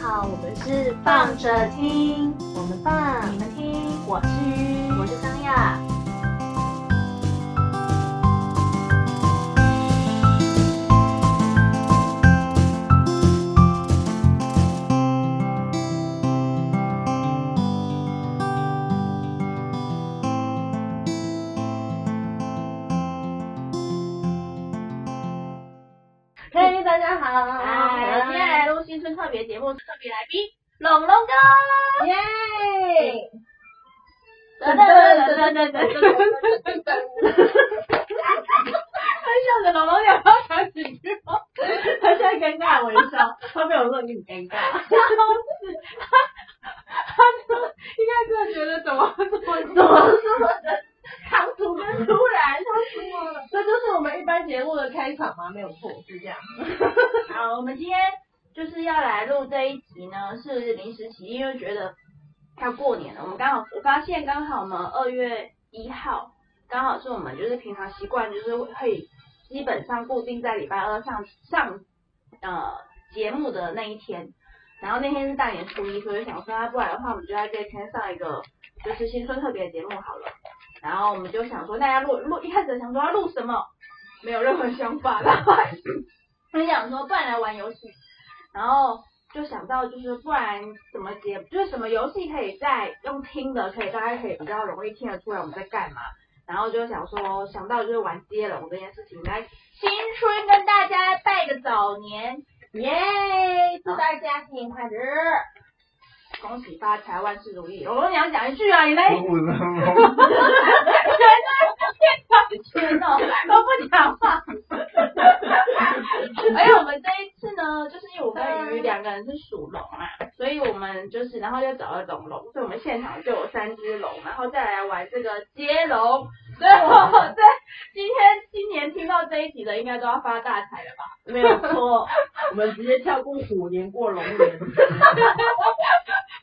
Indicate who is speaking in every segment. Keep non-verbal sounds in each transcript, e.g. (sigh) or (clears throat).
Speaker 1: 好，我们是放着听，我们放，你们听。我是鱼，我是张亚。
Speaker 2: (laughs) 嘿，大家好，嗯
Speaker 1: 嗨
Speaker 2: 我们今天来录新春特别节目，特别来宾龙龙哥，
Speaker 1: 耶！
Speaker 2: 噔噔噔噔噔噔噔噔，
Speaker 1: 他笑的龙龙有没有想几句话？他现在尴尬微笑，他没有说你很尴尬，他他就应该真的觉得怎么怎么
Speaker 2: 怎么这么的唐突跟突然？
Speaker 1: 这就是我们一般节目的开场吗？没有错，是这样。
Speaker 2: 好，我们今天就是要来录这一集呢，是临时起意，因为觉得要过年了。我们刚好，我发现刚好我们二月一号，刚好是我们就是平常习惯，就是会基本上固定在礼拜二上上呃节目的那一天。然后那天是大年初一，所以想说，啊那不然的话，我们就在这一天上一个就是新春特别节目好了。然后我们就想说，大家录录一开始想说要录什么，没有任何想法，然后 (laughs) 很想说，不然来玩游戏，然后就想到就是不然怎么解，就是什么游戏可以在用听的，可以大家可以比较容易听得出来我们在干嘛。然后就想说，想到就是玩接龙这件事情，来新春跟大家拜个早年，
Speaker 1: 耶！祝大家新年快乐！
Speaker 2: 恭喜发财，万事如意。龙龙，你要讲一句啊，你 (laughs) 来，
Speaker 3: 我的妈！
Speaker 2: (laughs) 天哪，都不讲话。而且我们这一次呢，就是因为我跟鱼两个人是属龙啊，所以我们就是然后又找了龙龙，所以我们现场就有三只龙，然后再来玩这个接龙。 (laughs) 所以我在今天今年听到这一集的，应该都要发大财了吧？
Speaker 1: 没有错，我们直接跳过虎年过龙年。
Speaker 2: (laughs)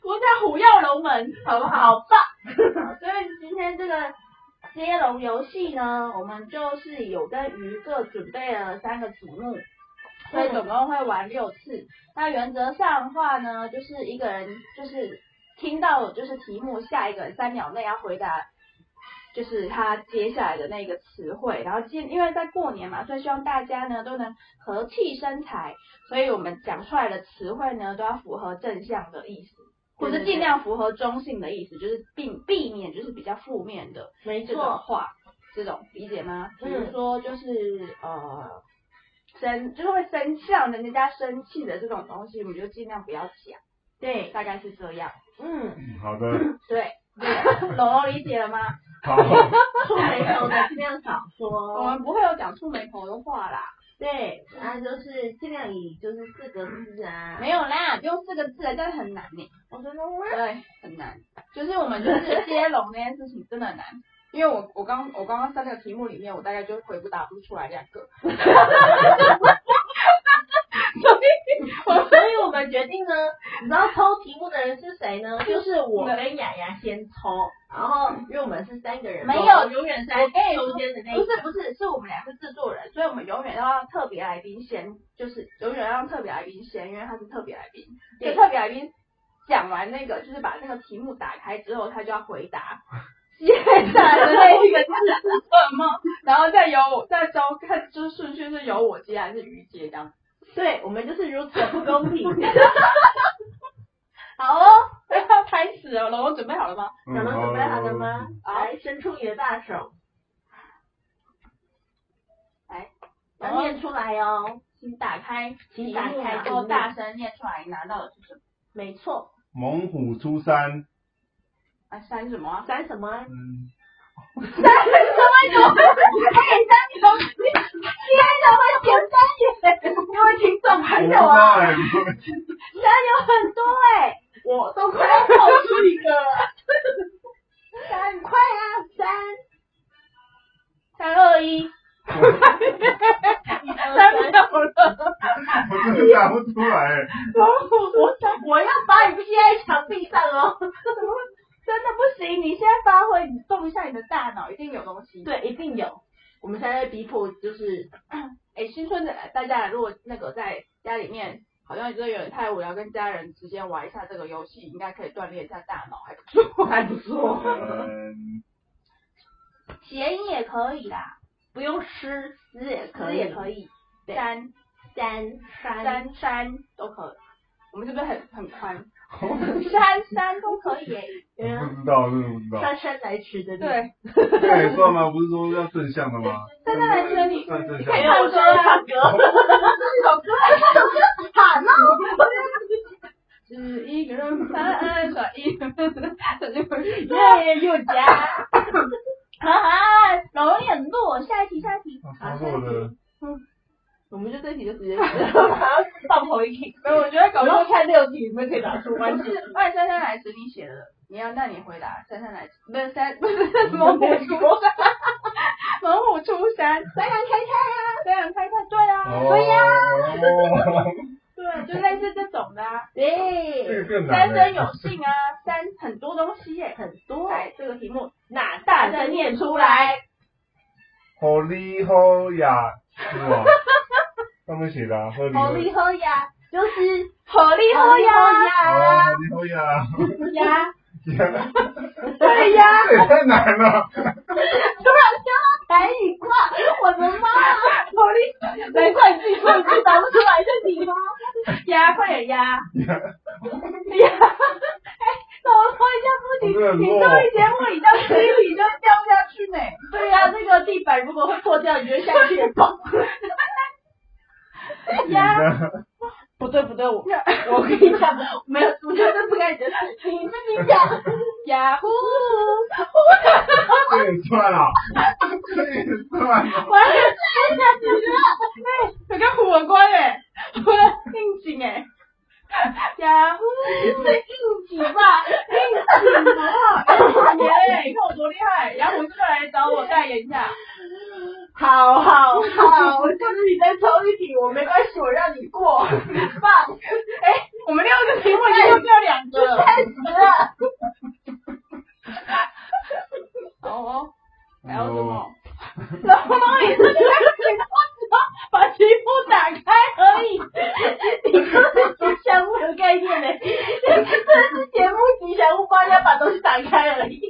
Speaker 2: 不在虎跃龙门，好不好？好棒！ (laughs) 好所以今天这个接龙游戏呢，我们就是有跟鱼各准备了三个题目，所以总共会玩六次。那原则上的话呢，就是一个人就是听到就是题目，下一个人三秒内要回答。就是他接下来的那个词汇，然后今因为在过年嘛，所以希望大家呢都能和气生财，所以我们讲出来的词汇呢都要符合正向的意思。或者尽量符合中性的意思，就是避避免就是比较负面的
Speaker 1: 没
Speaker 2: 这种
Speaker 1: 错，
Speaker 2: 话，这种理解吗？比
Speaker 1: 嗯
Speaker 2: 如说就是呃生就是会生气让人家生气的这种东西，我们就尽量不要讲，
Speaker 1: 对，
Speaker 2: 大概是这样。
Speaker 1: 嗯，
Speaker 3: 嗯好的，
Speaker 2: 对， (laughs) 龙龙理解了吗？
Speaker 3: 好，
Speaker 1: 触眉头的尽量少
Speaker 2: 我
Speaker 1: (laughs) 说，
Speaker 2: 们不会有讲触眉头的话啦，
Speaker 1: 对，然后就是尽量以就是四个字啊。
Speaker 2: 没有啦，用四个字来，但是很难呢。
Speaker 1: 我真的吗？
Speaker 2: 对，很难。就是我们就是接龙那件事情真的很难，因为我我刚我刚刚三个题目里面，我大概就回不答不出来两个。
Speaker 1: 所以我们决定呢，你知道抽题目的人是谁呢？就是我跟雅雅先抽，然后因为我们是三个人，
Speaker 2: 没有
Speaker 1: 我永远是在中间的那
Speaker 2: 不
Speaker 1: 一
Speaker 2: 是
Speaker 1: 个。
Speaker 2: 不是，是我们俩是制作人，所以我们永远要让特别来宾先，就是永远要让特别来宾先，因为他是特别来宾。
Speaker 1: 对
Speaker 2: 就特别来宾讲完那个，就是把那个题目打开之后，他就要回
Speaker 1: (laughs)
Speaker 2: 答接下来的那一个字是什么，然后再由我再收看，就是顺序是由我接还是于接这样。
Speaker 1: 对，我们就是如此的不公平。
Speaker 2: (laughs) 好哦， (laughs) 要开始了，龙龙准备好了吗？
Speaker 1: 小
Speaker 3: 嗯
Speaker 1: 龙准备好了吗？？
Speaker 2: 好
Speaker 1: 来，伸出你的大手，
Speaker 2: 来，
Speaker 1: 要念出来哦。
Speaker 2: 请打开，啊
Speaker 1: 请
Speaker 2: 打
Speaker 1: 打
Speaker 2: 开，
Speaker 1: 开
Speaker 2: 然后大声念出来，你拿到的是什么？
Speaker 1: 没错，
Speaker 3: 猛虎出山，
Speaker 2: 啊，三什么啊？
Speaker 1: 三什么？
Speaker 3: 嗯，
Speaker 2: 各位听众
Speaker 3: 我
Speaker 2: 朋
Speaker 3: 不知
Speaker 2: 友
Speaker 3: 道
Speaker 2: 啊，
Speaker 3: 哎，
Speaker 2: 现在有很多哎、
Speaker 1: 我都快要跑出一个了。
Speaker 2: 三
Speaker 1: 快啊，三
Speaker 2: 三二一，三
Speaker 1: 二
Speaker 2: 秒了，
Speaker 3: 哎我真
Speaker 1: (laughs)
Speaker 3: 的答不出来，
Speaker 2: (laughs)
Speaker 1: 我我要把你贴在墙壁上哦。
Speaker 2: (laughs) 真的不行，你现在发挥，你动一下你的大脑，一定有东西。，
Speaker 1: 对，一定有。我
Speaker 2: (clears throat)
Speaker 1: 们现在逼迫就是
Speaker 2: 哎，新春的大家如果那个在家里面好像真的有点太无聊，跟家人之间玩一下这个游戏，应该可以锻炼一下大脑，还不错，还不
Speaker 1: (laughs)
Speaker 2: 错。
Speaker 3: 嗯，
Speaker 2: 谐音也可以啦，
Speaker 1: 不用诗，诗也可
Speaker 2: 可
Speaker 1: 以，
Speaker 2: 也
Speaker 1: 以，
Speaker 2: 可以，
Speaker 1: 对
Speaker 2: 山
Speaker 1: 山山
Speaker 2: 山山都可以。我们是不是很很宽？
Speaker 3: 我
Speaker 2: 山山都可以耶。
Speaker 3: 嗯不知道，真的不知道。
Speaker 1: 姗姗来迟的你，
Speaker 2: 对，
Speaker 3: 对，算吗？不是说要正向的吗？
Speaker 2: 姗姗来迟的你
Speaker 3: 算正
Speaker 2: 你
Speaker 3: 向
Speaker 2: 看
Speaker 1: 没
Speaker 2: 一下
Speaker 3: 的。
Speaker 1: 有我说要唱歌，
Speaker 2: 这首歌
Speaker 1: 喊啊！
Speaker 2: 是一个人翻爱耍一个人，这就
Speaker 1: 耶，又加，
Speaker 2: 哈哈，容易很弱。下一题，下一题。
Speaker 3: 超过了，
Speaker 2: 我们就这题就直接。 (laughs)
Speaker 1: 还要放头一题，
Speaker 2: 没有，我觉得搞
Speaker 1: 然
Speaker 2: 不好
Speaker 1: 后看六题，你们可以打出关
Speaker 2: 不
Speaker 1: 键。
Speaker 2: 是，万姗姗来迟你写的，你要那你回答姗姗来迟，不是三，不是猛虎出山， (laughs) 猛虎出山，三阳开泰啊，三阳开泰，对啊，
Speaker 3: 哦
Speaker 2: 对呀，
Speaker 3: 哦，
Speaker 2: 对，就类似这种的啊，
Speaker 3: 这个
Speaker 1: 对，
Speaker 3: 更难欸
Speaker 2: 三
Speaker 3: 了。
Speaker 2: 生有幸啊，三很多东西耶，
Speaker 1: 很多，
Speaker 2: 来这个题目，
Speaker 1: 哪大声念出来？
Speaker 3: 好厉好呀，是吧？他们写的啊，好厉
Speaker 1: 好
Speaker 3: 好
Speaker 1: 厉害呀，就是
Speaker 2: 合力合呀，
Speaker 1: 啊
Speaker 3: 呀，好厉好呀， (laughs)
Speaker 1: 呀，
Speaker 3: 呀
Speaker 2: 对呀，
Speaker 3: 这也太难了。
Speaker 1: 白语挂，我的妈！
Speaker 2: 合力
Speaker 1: 难怪你自己说你自己答不出来是你吗？
Speaker 2: 呀，快点呀，
Speaker 1: 哎我说一下
Speaker 3: 我真的很
Speaker 2: 你
Speaker 3: 弱
Speaker 2: 综，艺节目你到第一题就掉下去呢，
Speaker 1: 不行。对呀、那个地板如果会破掉，你就下去也 (laughs) 崩。
Speaker 3: 你呢？
Speaker 1: 不对不对，我我跟你讲，没有，我觉得这不该你的事，你自己讲。
Speaker 2: 呀呼，
Speaker 3: 这也算了，这也算啊了。
Speaker 2: 我要有个火锅哎，我要应景哎，呀呼，
Speaker 1: 是应急吧？
Speaker 2: 耶！哦哎你看我多厉害，然后我就来找我代言一下，
Speaker 1: 好好好，就是你再抽一题，我没关系，我让你过，哎棒，
Speaker 2: 我们六个题目一共掉两个，
Speaker 1: 太值了。
Speaker 2: 哦哦，还有什么
Speaker 3: 哦？？
Speaker 2: 什么意思？你只把题目打开而已，
Speaker 1: 你真的是吉祥物的概念呢、真的是节目吉祥物帮人家把东西打开而已。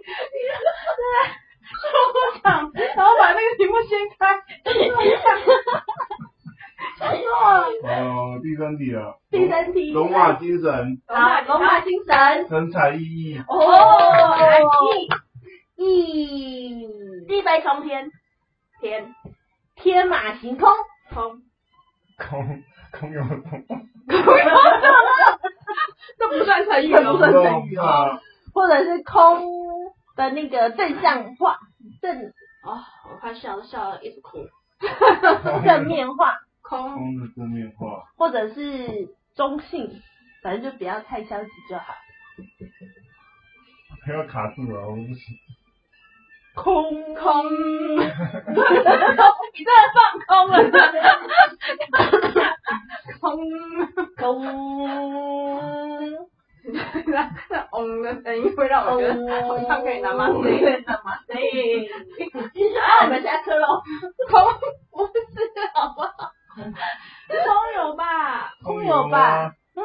Speaker 2: 抽奖，然后把那个题目掀开，
Speaker 3: 哦，第三题了。
Speaker 1: 第三题，
Speaker 3: 龙马精神，
Speaker 1: 好，龙马精神。
Speaker 3: 神采奕奕，
Speaker 1: 哦，来
Speaker 2: 一
Speaker 1: 一飞冲天，
Speaker 2: 天
Speaker 1: 天马行空。
Speaker 2: 空，
Speaker 3: 空空有空，
Speaker 2: 这不算成语
Speaker 1: 这不算
Speaker 2: 哦。
Speaker 1: 成语哦或者是空的那个正向化、正
Speaker 2: 哦，我快笑都笑了，一直哭。
Speaker 1: 正面化，
Speaker 2: 空
Speaker 3: 空的正面化，
Speaker 1: 或者是中性，反正就不要太消极就好。
Speaker 3: 不要卡住了，我不行。
Speaker 1: 空
Speaker 2: 空，你真的放空了。空，
Speaker 1: 空
Speaker 2: 那那嗡的声音会让我觉得好像可以拿马塞，拿马塞。
Speaker 1: 你说啊，我们下课喽。
Speaker 2: 空不是好不好？空有吧？
Speaker 1: 空
Speaker 3: 有
Speaker 1: 有吧
Speaker 3: 吗？
Speaker 1: 嗯，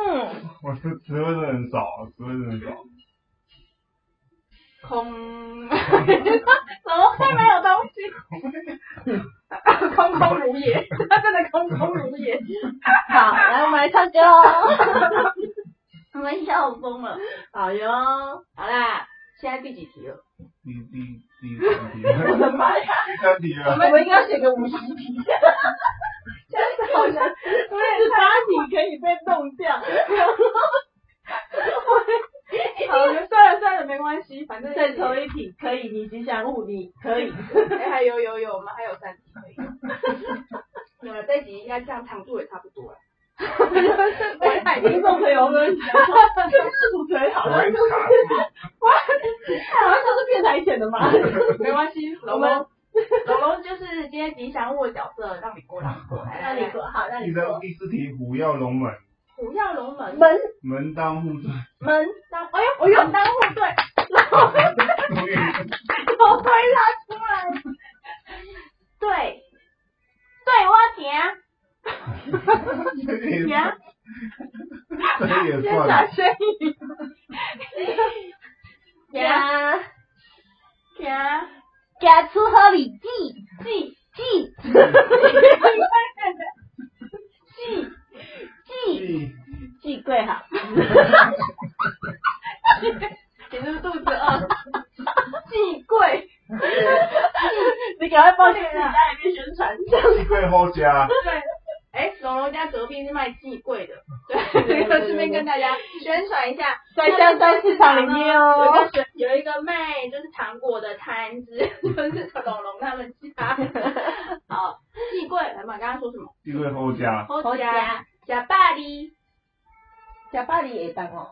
Speaker 3: 我的词汇真的很少，词汇真的很少。
Speaker 2: 空，怎么会没有东西？空空如也，他真的空空如也。
Speaker 1: 好，来我们来唱歌喽。
Speaker 2: 我们笑疯了。
Speaker 1: 好哟，
Speaker 2: 好啦，现在第几题了？
Speaker 3: 第第第三题，
Speaker 1: 我的妈呀，
Speaker 3: 第三题啊
Speaker 1: 我
Speaker 3: 了，
Speaker 1: 们应该写个五十题。
Speaker 2: 真的好像
Speaker 1: 不是八题可以被弄掉，
Speaker 2: 好了，算了算了，没关系，反正
Speaker 1: 再抽一题可以，你吉祥物你可以。
Speaker 2: 哎，还有有有，我们还有三题可
Speaker 1: (laughs)
Speaker 2: 以。没有了，这集应该这样长度也差不多了。
Speaker 1: (laughs) 哎，听众朋友们，是不是主持人好
Speaker 3: 我
Speaker 1: 像
Speaker 3: 会
Speaker 1: 就
Speaker 3: 卡
Speaker 1: 是，
Speaker 3: 住。
Speaker 1: 好像都是电台选的吗？
Speaker 2: (laughs) 没关系，
Speaker 1: 我
Speaker 2: 龙
Speaker 1: 们
Speaker 2: 龙，龙龙就是今天吉祥物的角色，让你过来，过来，
Speaker 1: 那你。说好，那
Speaker 3: 第
Speaker 1: 你
Speaker 3: 三
Speaker 1: 说
Speaker 3: 第四题，虎跃龙门，
Speaker 2: 虎跃龙门，
Speaker 1: 门
Speaker 3: 门当户对，
Speaker 1: 门，
Speaker 2: 当，哎呦，我又当户
Speaker 1: (laughs)
Speaker 2: 对，
Speaker 3: 所以
Speaker 2: 我推他出来。对，对我行，
Speaker 3: 这也
Speaker 2: 行，
Speaker 3: 这也
Speaker 2: 这
Speaker 3: 算
Speaker 2: 小
Speaker 3: 了。
Speaker 2: 声音。 (laughs)
Speaker 1: 呀，
Speaker 2: 呀，
Speaker 1: 给出好礼记
Speaker 2: 记
Speaker 1: 记记
Speaker 3: 咦
Speaker 1: 记贵好，
Speaker 2: 你是不是肚子饿？记贵，
Speaker 1: 你赶快报去
Speaker 2: 对
Speaker 1: 自
Speaker 2: 啊
Speaker 1: 己家里面宣传。
Speaker 3: 是贵好吃啊！
Speaker 2: 对。哎，龙龙家隔壁是卖寄贵的，对，顺便跟大家宣传一下，
Speaker 1: 在香山市场里面
Speaker 2: 有一
Speaker 1: 哦
Speaker 2: 个，水有一个卖就是糖果的摊子，就是龙龙他们家。好，寄贵，我们刚刚说什么？
Speaker 3: 是贵好吃啊！
Speaker 2: 好
Speaker 1: 好
Speaker 2: 家
Speaker 1: 家
Speaker 2: 假巴黎
Speaker 1: 假巴黎也当哦，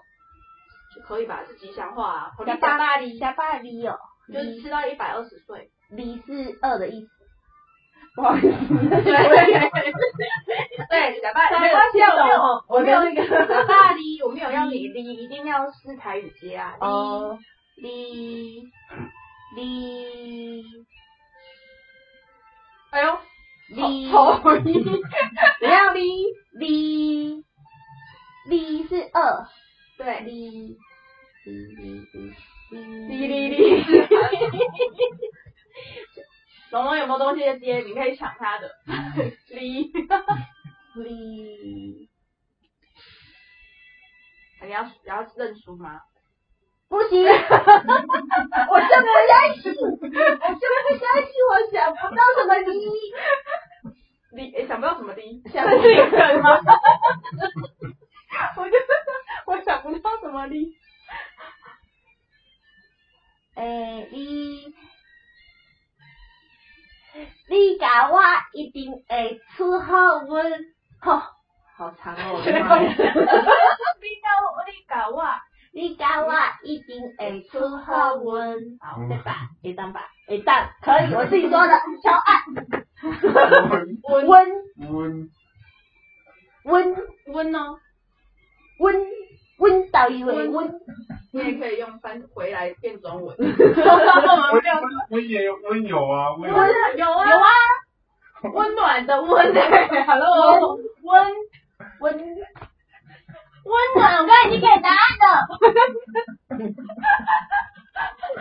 Speaker 2: 就可以吧，是吉祥话啊。好
Speaker 1: 假
Speaker 2: 假
Speaker 1: 巴
Speaker 2: 巴黎
Speaker 1: 假巴黎哦，
Speaker 2: 就是
Speaker 1: 黎
Speaker 2: 吃到一百二十岁。
Speaker 1: 黎是二的意思，不好意思，
Speaker 2: 对对，假巴黎没关系啊，我没有
Speaker 1: 我
Speaker 2: 没有
Speaker 1: 的那个
Speaker 2: 假巴黎，我没有 (laughs) 要你你一定要是台语接啊。
Speaker 1: 哦。
Speaker 2: 哩哩哎呦，
Speaker 1: 哩
Speaker 2: 头 (laughs) 音，
Speaker 1: 怎样哩哩哩是二，
Speaker 2: 对，
Speaker 1: 哩哩哩哩
Speaker 2: 哩哩 (laughs) 哩。龙龙有没有东西要接？你可以抢他的。 (laughs) 哩，
Speaker 1: 哩，
Speaker 2: 你要你要认输吗？
Speaker 1: 不行， (laughs) 我就不相信，我就不相
Speaker 2: (laughs)
Speaker 1: 信，我想不到什么哩，
Speaker 2: 哩，诶想不到什么 (laughs) 哩，
Speaker 1: 想
Speaker 2: 这是一个人吗？我就我想不到什么 (laughs) 哩。
Speaker 1: 诶哩。你甲我一定会伺候阮，吼、好长哦，我的妈呀！
Speaker 2: 你搞我，你搞啊我，
Speaker 1: (laughs) 你甲我一定会出好运，
Speaker 2: 好
Speaker 3: 嗯
Speaker 1: 会吧？会当吧？会当，可以，我自己 (laughs) 说的，超爱
Speaker 2: 温
Speaker 1: 温
Speaker 3: 温
Speaker 1: 温
Speaker 2: 温
Speaker 1: 哦
Speaker 2: 呢？
Speaker 1: 温温到一位温，
Speaker 2: 你也可以用翻回来变中文。我
Speaker 3: 温温也有温有啊，温有
Speaker 2: 温有啊
Speaker 1: 有啊，
Speaker 2: 温暖的温欸 (laughs) ，Hello，温
Speaker 1: 温
Speaker 2: 温
Speaker 1: 暖，我刚已经给答案了，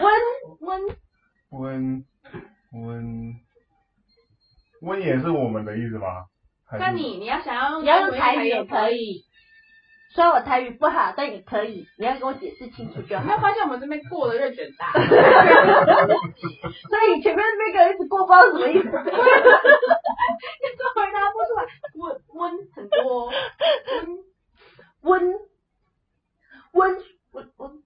Speaker 2: 温温
Speaker 3: 温温温也是我们的意思吧？还是
Speaker 2: 那你你要想要
Speaker 1: 你要用台语
Speaker 2: 也
Speaker 1: 也可。以。虽然我台语不好，但你可以，你要跟我解释清楚就
Speaker 2: 有
Speaker 1: 好
Speaker 2: 没。有发现我们这边过的越卷大？
Speaker 1: 所以前面那个一直过包什么意思？
Speaker 2: 这回答不出来，温温很多，温
Speaker 1: 温温温温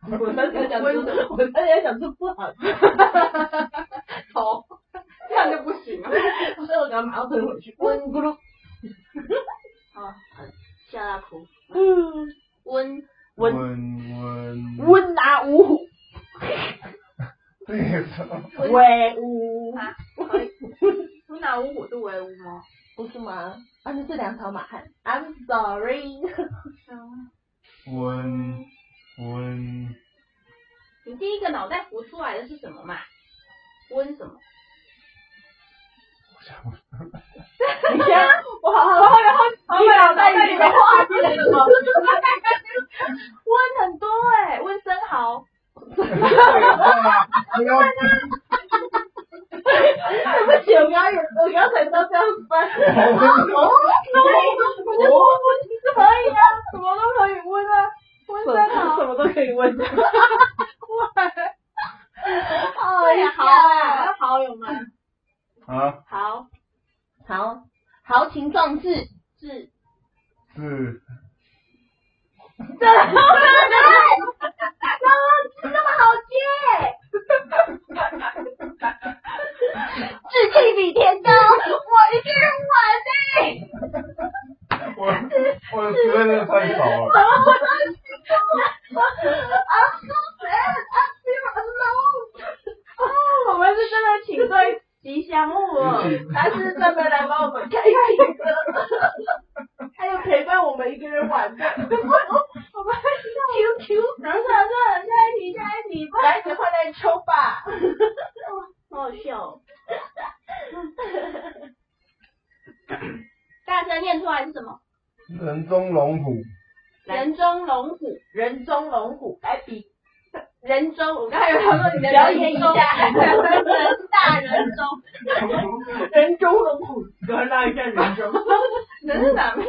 Speaker 1: 温。我刚才想说，我刚才想说不好，
Speaker 2: 头，这样就不行了。
Speaker 1: 所以我刚刚马上喷回去。温咕噜，
Speaker 2: 好，笑到哭。
Speaker 1: 嗯，
Speaker 2: 温
Speaker 3: 温
Speaker 1: 温
Speaker 3: 温
Speaker 1: 温拿五虎，
Speaker 3: 这也是
Speaker 1: 威武，
Speaker 2: 啊，可以。温拿五虎是威武吗？
Speaker 1: 不是吗？啊，那是梁朝马汉。I'm sorry，
Speaker 2: 啊
Speaker 3: 温温
Speaker 2: 你第一个脑袋浮出来的是什么嘛？温什么？
Speaker 1: 你先，我好好，
Speaker 2: 然后
Speaker 1: 你脑袋里面画
Speaker 2: 出来什么？温很多哎、温生蚝，
Speaker 3: 不
Speaker 1: 对
Speaker 3: 要
Speaker 1: 不起，我刚刚有，我刚才都这样翻。哦，可以，哦，可以啊，
Speaker 2: 什么都可以温啊，温生蚝。
Speaker 1: 么都可以问。哎
Speaker 2: 对
Speaker 1: 呀
Speaker 2: 呀，，好啊，好有吗？
Speaker 3: 啊！
Speaker 2: 好
Speaker 1: 好，豪情壮志，
Speaker 2: 是
Speaker 3: 是
Speaker 1: 真的，真的那么好接，志气比天高，我一定完美。
Speaker 3: 我我觉得太少了。
Speaker 2: 哦， (laughs) 我们是真的请对吉祥物
Speaker 1: (laughs)
Speaker 2: 哦，
Speaker 1: 他是专门来帮我们开心 (laughs) 的，还有陪伴我们一个人玩的。
Speaker 2: 我们
Speaker 1: Q Q，
Speaker 2: 算了算了，下一题下一题，不
Speaker 1: 来，你快来抽吧。 (laughs)
Speaker 2: 好好笑哦。大大声念出来是什么？
Speaker 3: 人中龙虎，
Speaker 1: 来
Speaker 2: 人中龙虎，
Speaker 1: 人中龙虎，来比
Speaker 2: 人中，我刚才有想说你
Speaker 1: (laughs)
Speaker 2: 的
Speaker 1: 表演一下
Speaker 2: 人大 (laughs) 人中，
Speaker 1: 人中龙虎，给我绕一下人中，
Speaker 2: 人是哪边？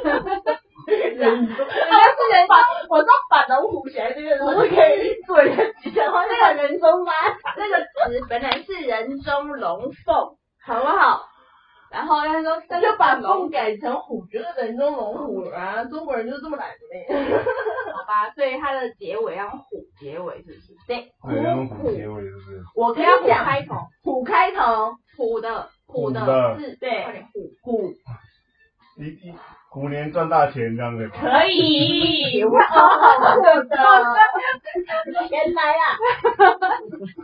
Speaker 1: 人中，好像是人中，我说把龙虎学这个，我们可以做一个吉祥话，那个人中吗？
Speaker 2: 那个词本来是人中龙凤，好不好？然后他说，
Speaker 1: 那就把凤改成虎，觉得人中龙虎啊，中国人就这么懒呗。
Speaker 2: 好吧，所以它的结尾要用虎结尾，是不是？对，
Speaker 3: 对，用虎结尾就是
Speaker 1: 我
Speaker 2: 不
Speaker 1: 跟
Speaker 2: 要
Speaker 1: 你
Speaker 2: 虎
Speaker 1: 讲，
Speaker 2: 开头，
Speaker 1: 虎开头，
Speaker 2: 虎的虎
Speaker 3: 虎的
Speaker 2: 的字，
Speaker 1: 对
Speaker 2: 快点虎，
Speaker 1: 虎
Speaker 3: 一一虎年赚大钱这样子。
Speaker 1: 可以，
Speaker 2: 哎
Speaker 1: 我好的，原来啊，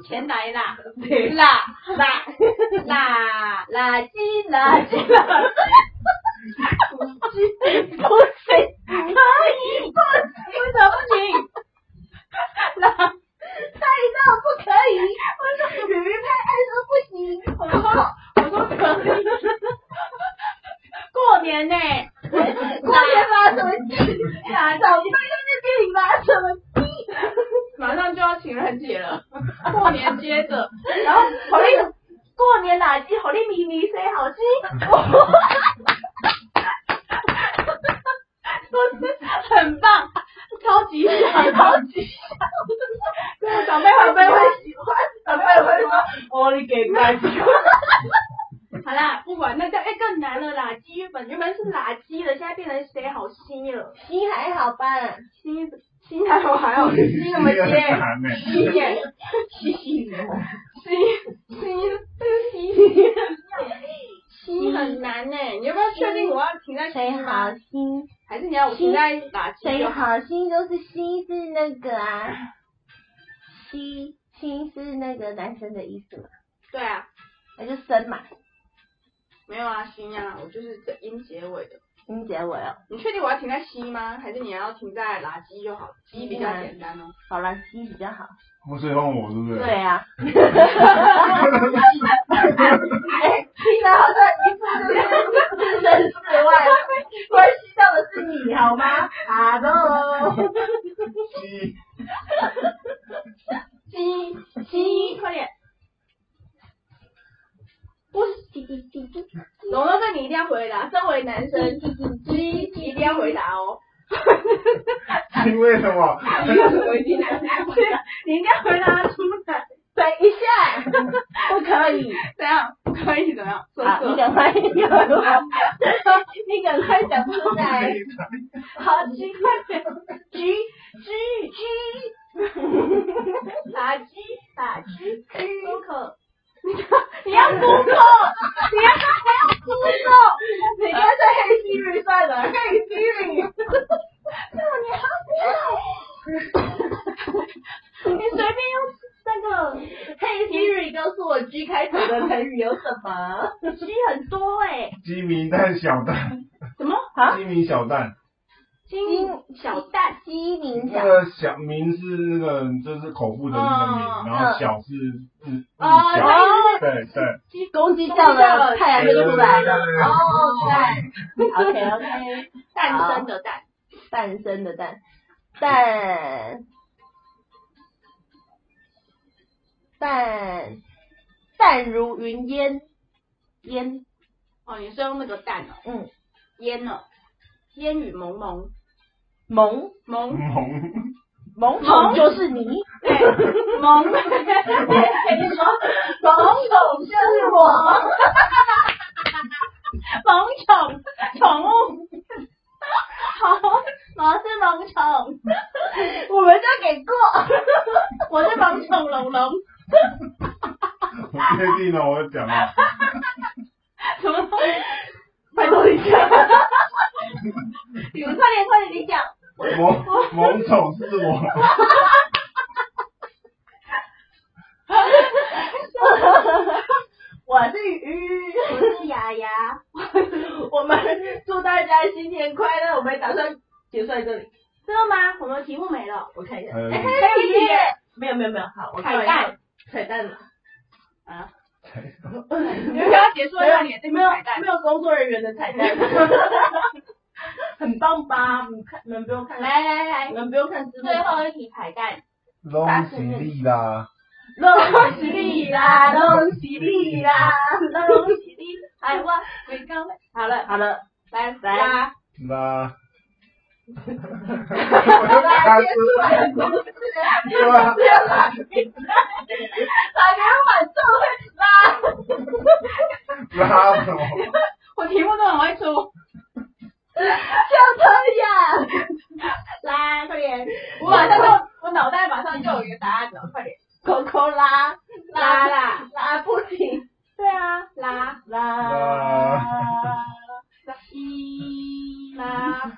Speaker 2: 钱来啦，
Speaker 1: 对
Speaker 2: 啦
Speaker 1: 啦，
Speaker 2: 啦垃圾垃圾， (laughs)
Speaker 1: 不行，可以，
Speaker 2: 为什么不行？啦，
Speaker 1: 赛道不可以，我说女明拍爱说不行，我说
Speaker 2: 我说可以，过年
Speaker 1: (laughs)
Speaker 2: 呢、
Speaker 1: 快点把什么鸡，哪哎早上在那边你把什么鸡，
Speaker 2: (laughs) 马上就要情人节了，过年接着，然后好利过年垃圾好利咪咪谁好
Speaker 1: (laughs)
Speaker 2: 吃？说 (laughs) 很棒，超级
Speaker 1: (laughs)
Speaker 2: 想超级 (laughs) 想，长
Speaker 1: 长
Speaker 2: 辈长
Speaker 1: 辈
Speaker 2: 辈
Speaker 1: 会
Speaker 2: 会。
Speaker 1: 喜欢，长辈会说哦你给垃圾，
Speaker 2: 好啦，不管那叫哎更难了啦，鸡原本原本是垃圾的，现在变成谁好吸了？
Speaker 1: 鸡还好吧，
Speaker 2: 吸吸还好还好，吸那么
Speaker 3: 很
Speaker 2: 接？
Speaker 3: 难呢。
Speaker 2: 吸点
Speaker 1: 嘻嘻，
Speaker 2: 吸吸吸吸很难呢、你要不要确定我要停在
Speaker 1: 谁
Speaker 2: 吸吗
Speaker 1: 好？心，
Speaker 2: 还是你要我停在打鸡
Speaker 1: 谁
Speaker 2: 就好？
Speaker 1: 好心就是心是那个啊，心心是那个男生的意思嘛，
Speaker 2: 对啊，
Speaker 1: 那就生嘛，
Speaker 2: 没有啊，吸啊，我就是这音结尾的。
Speaker 1: 音结尾哦，
Speaker 2: 你确定我要停在吸吗？还是你要停在垃圾就好？鸡比较简单哦。
Speaker 1: 好啦，鸡比较好，
Speaker 3: 不是换我是不是？
Speaker 1: 对啊，哎，听来好像一副置身事外，关系到的是你好吗？Hello，
Speaker 3: 鸡
Speaker 2: 鸡鸡，快点！
Speaker 1: 不是滴滴滴滴，
Speaker 2: 龙龙哥，你一定要回答。身为男生，鸡一定要回答哦。
Speaker 3: (laughs) 因为什么？
Speaker 2: 我一定要回答，你一定要回答出来。
Speaker 1: 等一下，
Speaker 2: (laughs)
Speaker 1: 不可以。
Speaker 2: 怎样？不可以怎样？说
Speaker 1: 啊，你
Speaker 2: (laughs) 说。
Speaker 1: 赶快，你赶快讲出来，
Speaker 2: 好鸡，快点！鸡鸡鸡，打鸡打鸡鸡，不可。你要不可？你要还要不可？
Speaker 1: 你干脆黑 Siri 算了，黑 Siri，
Speaker 2: 你随便用那个
Speaker 1: 黑 Siri 告诉我 G 开头的成语有什么？
Speaker 2: 鸡很多哎、
Speaker 3: 鸡鸣蛋小蛋，
Speaker 2: 什么
Speaker 1: 啊
Speaker 3: 鸡鸣小蛋，
Speaker 2: 鸡
Speaker 1: 鸡
Speaker 2: 小蛋？
Speaker 1: 鸡鸣
Speaker 3: 那
Speaker 1: 小，
Speaker 3: 个小鸣是那个就是口部的那个鸣
Speaker 2: 嗯，
Speaker 3: 然后
Speaker 1: 嗯
Speaker 3: 小是字字
Speaker 2: 哦
Speaker 3: 小，
Speaker 1: 哦，
Speaker 3: 对对。
Speaker 2: 鸡
Speaker 1: 公鸡叫了，太阳就出来了。哦，对，OK OK，
Speaker 2: 诞生的诞，
Speaker 1: 诞生的诞，诞，诞，淡如云烟，烟，
Speaker 2: 哦，你是用那个蛋哦，
Speaker 1: 嗯，
Speaker 2: 烟哦，烟雨蒙蒙
Speaker 1: 萌。
Speaker 2: 蒙，
Speaker 3: 萌，
Speaker 1: 萌
Speaker 2: 萌
Speaker 1: 宠就是你，
Speaker 2: 对，蒙， (laughs)
Speaker 1: 你说萌宠就是我，
Speaker 2: 萌宠宠物， (laughs) 好，我是萌宠，
Speaker 1: 我们就给过。
Speaker 2: 我是萌宠龙龙，
Speaker 3: 我确定了，我讲了，
Speaker 2: 什么东西？
Speaker 1: 拜托你讲，
Speaker 2: 你们快点快点，你讲，
Speaker 3: 萌萌宠是
Speaker 1: (laughs)
Speaker 3: 我，(laughs)
Speaker 1: 我是鱼，
Speaker 2: 我是雅雅，
Speaker 1: 我们祝大家新年快乐，我们打算结束在这里，
Speaker 2: 知道吗？我们题目没了，
Speaker 1: 我看一下，
Speaker 3: 呃
Speaker 2: 哎，可以耶，
Speaker 1: 没有没有没有，好，我
Speaker 2: 彩
Speaker 1: 看一下
Speaker 2: 蛋，
Speaker 1: 彩蛋了，
Speaker 2: 啊，
Speaker 3: 彩蛋。
Speaker 2: 你 (laughs) 们要解说一下你的这
Speaker 1: 没
Speaker 2: 个
Speaker 1: 有
Speaker 2: 彩蛋
Speaker 1: 没。有工作人员的彩 (laughs) 蛋，很棒吧？你们看，你们不用看，
Speaker 2: 来来来
Speaker 1: 你，们不用看字幕，
Speaker 2: 最后一题彩蛋，
Speaker 3: 拢是你啦，
Speaker 1: 恭喜你啦，恭喜你啦！
Speaker 2: 恭喜你，哎我回高飞。好了，
Speaker 1: 好了，
Speaker 2: 来
Speaker 1: 来
Speaker 2: 啦，
Speaker 1: (laughs)
Speaker 3: 啦。
Speaker 1: 好了，结束了。
Speaker 3: 对 (laughs) 啊，
Speaker 2: 大家哎晚上会啦。
Speaker 3: 拉什么？
Speaker 2: 我题目都很会出，
Speaker 1: 就这样，来，快点，
Speaker 2: 我马上就我脑袋马上就有一个答案了，快点
Speaker 1: 扣扣拉
Speaker 2: 拉啦！
Speaker 1: 拉啊不行，啊
Speaker 2: 对啊，拉
Speaker 1: 拉
Speaker 2: 西拉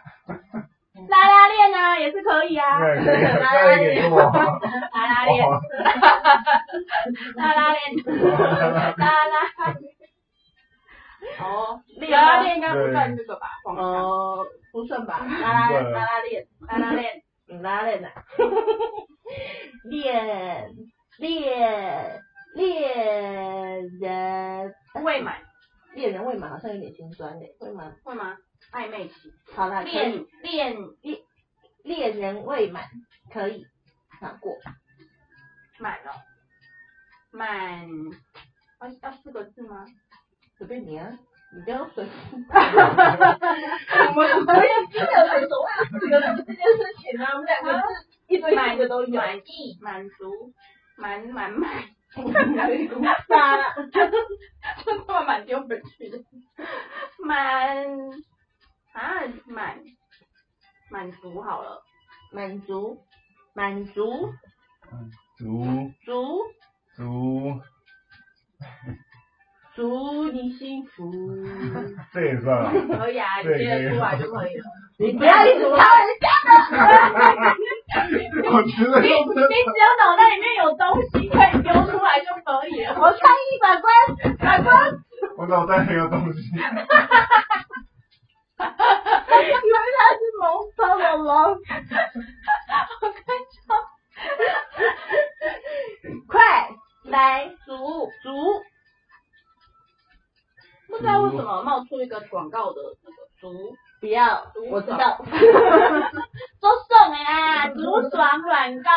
Speaker 2: 拉拉链啊，也是可以啊，
Speaker 3: 那也可以，那也给我。
Speaker 2: 拉拉链，拉拉链，拉拉。哦，拉拉链应该不算这个吧？
Speaker 1: 哦，不算吧？
Speaker 3: 哦
Speaker 1: 拉拉拉拉链，
Speaker 2: 拉拉链，
Speaker 1: 嗯拉拉链呐，练练练人，
Speaker 2: 未满
Speaker 1: 恋人未满好像有点心酸嘞，会吗？
Speaker 2: 会吗？暧昧期，
Speaker 1: 好啦，可以
Speaker 2: 恋恋
Speaker 1: 恋人未满可以好过，
Speaker 2: 满了，满，要要四个字吗？
Speaker 1: 随便你啊，你不要随。
Speaker 2: 我们
Speaker 1: 我也真的很所谓的四个字这件事情呢，我们两个是一堆一个都有。
Speaker 2: 满意、满足、满满 (laughs) 满，
Speaker 1: 杀了，
Speaker 2: 就这么满丢回去的，满啊满满足好了，
Speaker 1: 满足，满足，
Speaker 3: 足
Speaker 1: 足
Speaker 3: 足，
Speaker 1: 足你幸福。
Speaker 3: 这也算啊。
Speaker 2: 可以啊，你接得出来就可以了。
Speaker 1: 你不要一直开玩笑，
Speaker 3: 我觉得
Speaker 2: 你你只要脑袋里面有东西可以丢出来就可以了。
Speaker 1: 我抗议法官，法官，
Speaker 3: 我脑袋没有东西。
Speaker 1: 你们俩是萌宝宝龙，
Speaker 2: 我看到
Speaker 1: 快来足足
Speaker 2: (laughs) 不知道为什么冒出一个广告的那个足
Speaker 1: 不要，我知 (laughs)
Speaker 2: (laughs)
Speaker 1: 道，
Speaker 2: 都送的啊，足爽软膏，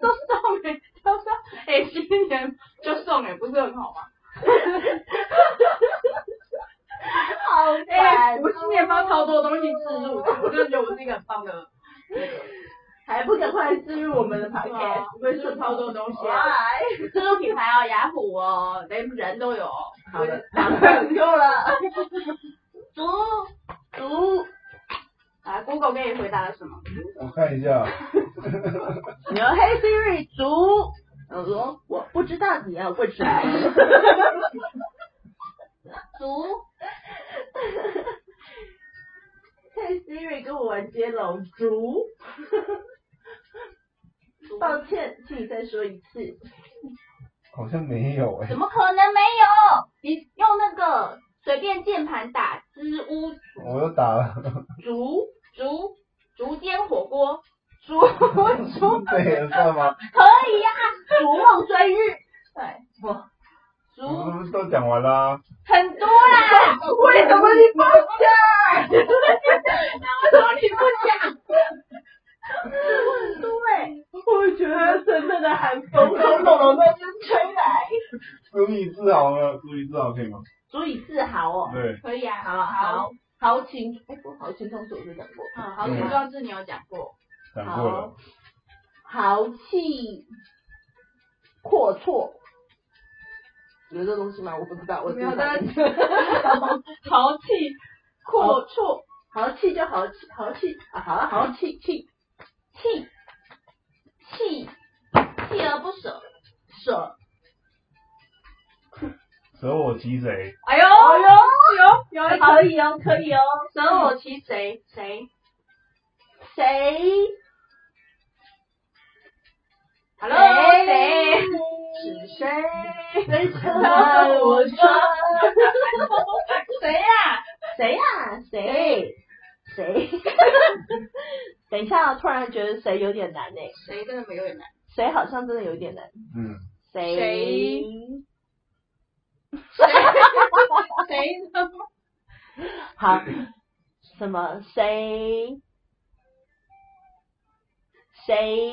Speaker 2: 都送的，都说哎、新年就送哎，不是很好吗？
Speaker 1: 好
Speaker 2: 哎、
Speaker 1: 烦
Speaker 2: 我新年帮超多东西置入的，我真的觉得我是一个很棒的，
Speaker 1: (laughs) 还不赶快置入我们的 podcast，哎
Speaker 2: 啊我会送超多东西啊，
Speaker 1: 来，
Speaker 2: 置入品牌哦，雅虎哦，连人都有哦。
Speaker 1: 好
Speaker 2: (laughs)
Speaker 1: 了，够了，
Speaker 2: 足
Speaker 1: 足，
Speaker 2: 啊，Google 给你回答了什么？
Speaker 3: 我看一下，
Speaker 1: 你要 Hey Siri 足，我说我不知道你要问什么， (laughs)
Speaker 2: 足
Speaker 1: Hey Siri 跟我玩接龙，足，
Speaker 2: 足
Speaker 1: 抱歉，请你再说一次，
Speaker 3: 好像没有哎、
Speaker 2: 怎么可能没有？你用那个随便键盘打支乌
Speaker 3: 我又打了，
Speaker 1: 足，
Speaker 2: 竹竹煎火锅，
Speaker 1: 足，足，
Speaker 3: 这也算吗？
Speaker 2: 可以呀、啊
Speaker 1: 逐梦追日，
Speaker 2: 对，
Speaker 3: 我
Speaker 2: 竹
Speaker 3: 们都讲完啦、
Speaker 2: 很多啊啦，
Speaker 1: (laughs) 为什么你不讲？
Speaker 2: 我说你不讲，
Speaker 1: 对，我觉得真正的寒风从恐龙
Speaker 3: (laughs)
Speaker 1: 那边吹来，
Speaker 3: 足以自豪了，足以自豪可以吗？
Speaker 1: 足以自豪哦。
Speaker 3: 对，
Speaker 2: 可以啊，
Speaker 1: 好好，豪情，哎，不，豪情壮志我就讲过，
Speaker 2: 嗯，好，你壮志你有讲过，
Speaker 3: 讲过了。
Speaker 1: 豪气阔绰，有这东西吗？我不知道，嗯我
Speaker 2: 没有
Speaker 1: 的
Speaker 2: 但是 (laughs) 豪气
Speaker 1: 哦
Speaker 2: 阔绰，
Speaker 1: 豪气就豪气，豪气啊，好了，豪气气
Speaker 2: 气气锲而不舍，
Speaker 1: 舍，
Speaker 3: 舍我其谁？
Speaker 2: 哎呦
Speaker 1: 哎呦
Speaker 2: 呦有
Speaker 1: 哎
Speaker 2: 有好
Speaker 1: 可，以哦，可以哦，
Speaker 2: 舍我其谁谁
Speaker 1: 谁
Speaker 2: ，Hello
Speaker 1: 谁
Speaker 2: 谁，
Speaker 1: 是谁谁穿我穿？
Speaker 2: 谁呀？
Speaker 1: 谁呀、谁？谁？ (laughs) 等啊一下，突然觉得谁有点难呢、
Speaker 2: 谁真的没有人来，
Speaker 1: 谁好像真的有点难。
Speaker 3: 嗯，
Speaker 1: 谁
Speaker 2: 谁谁呢？
Speaker 1: 好什么谁谁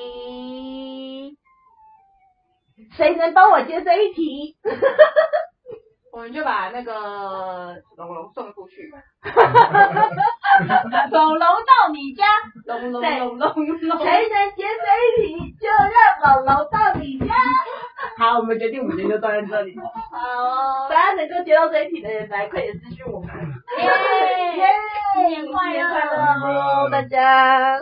Speaker 1: 谁能帮我接这一题？
Speaker 2: 我们就把那个龙龙送出去，龙龙到你家，龙龙龙龙龙，
Speaker 1: 谁能接这一题，就让老龙到你家。 (laughs) 好，我们决定，我们今天就到在这里 (laughs) 了。
Speaker 2: 好哦，
Speaker 1: 大家能够接到这一题的人，来快点私讯我们。(laughs)
Speaker 2: 耶
Speaker 1: 耶，
Speaker 2: 新年快
Speaker 1: 新
Speaker 2: 乐
Speaker 1: 年快乐哦，大家。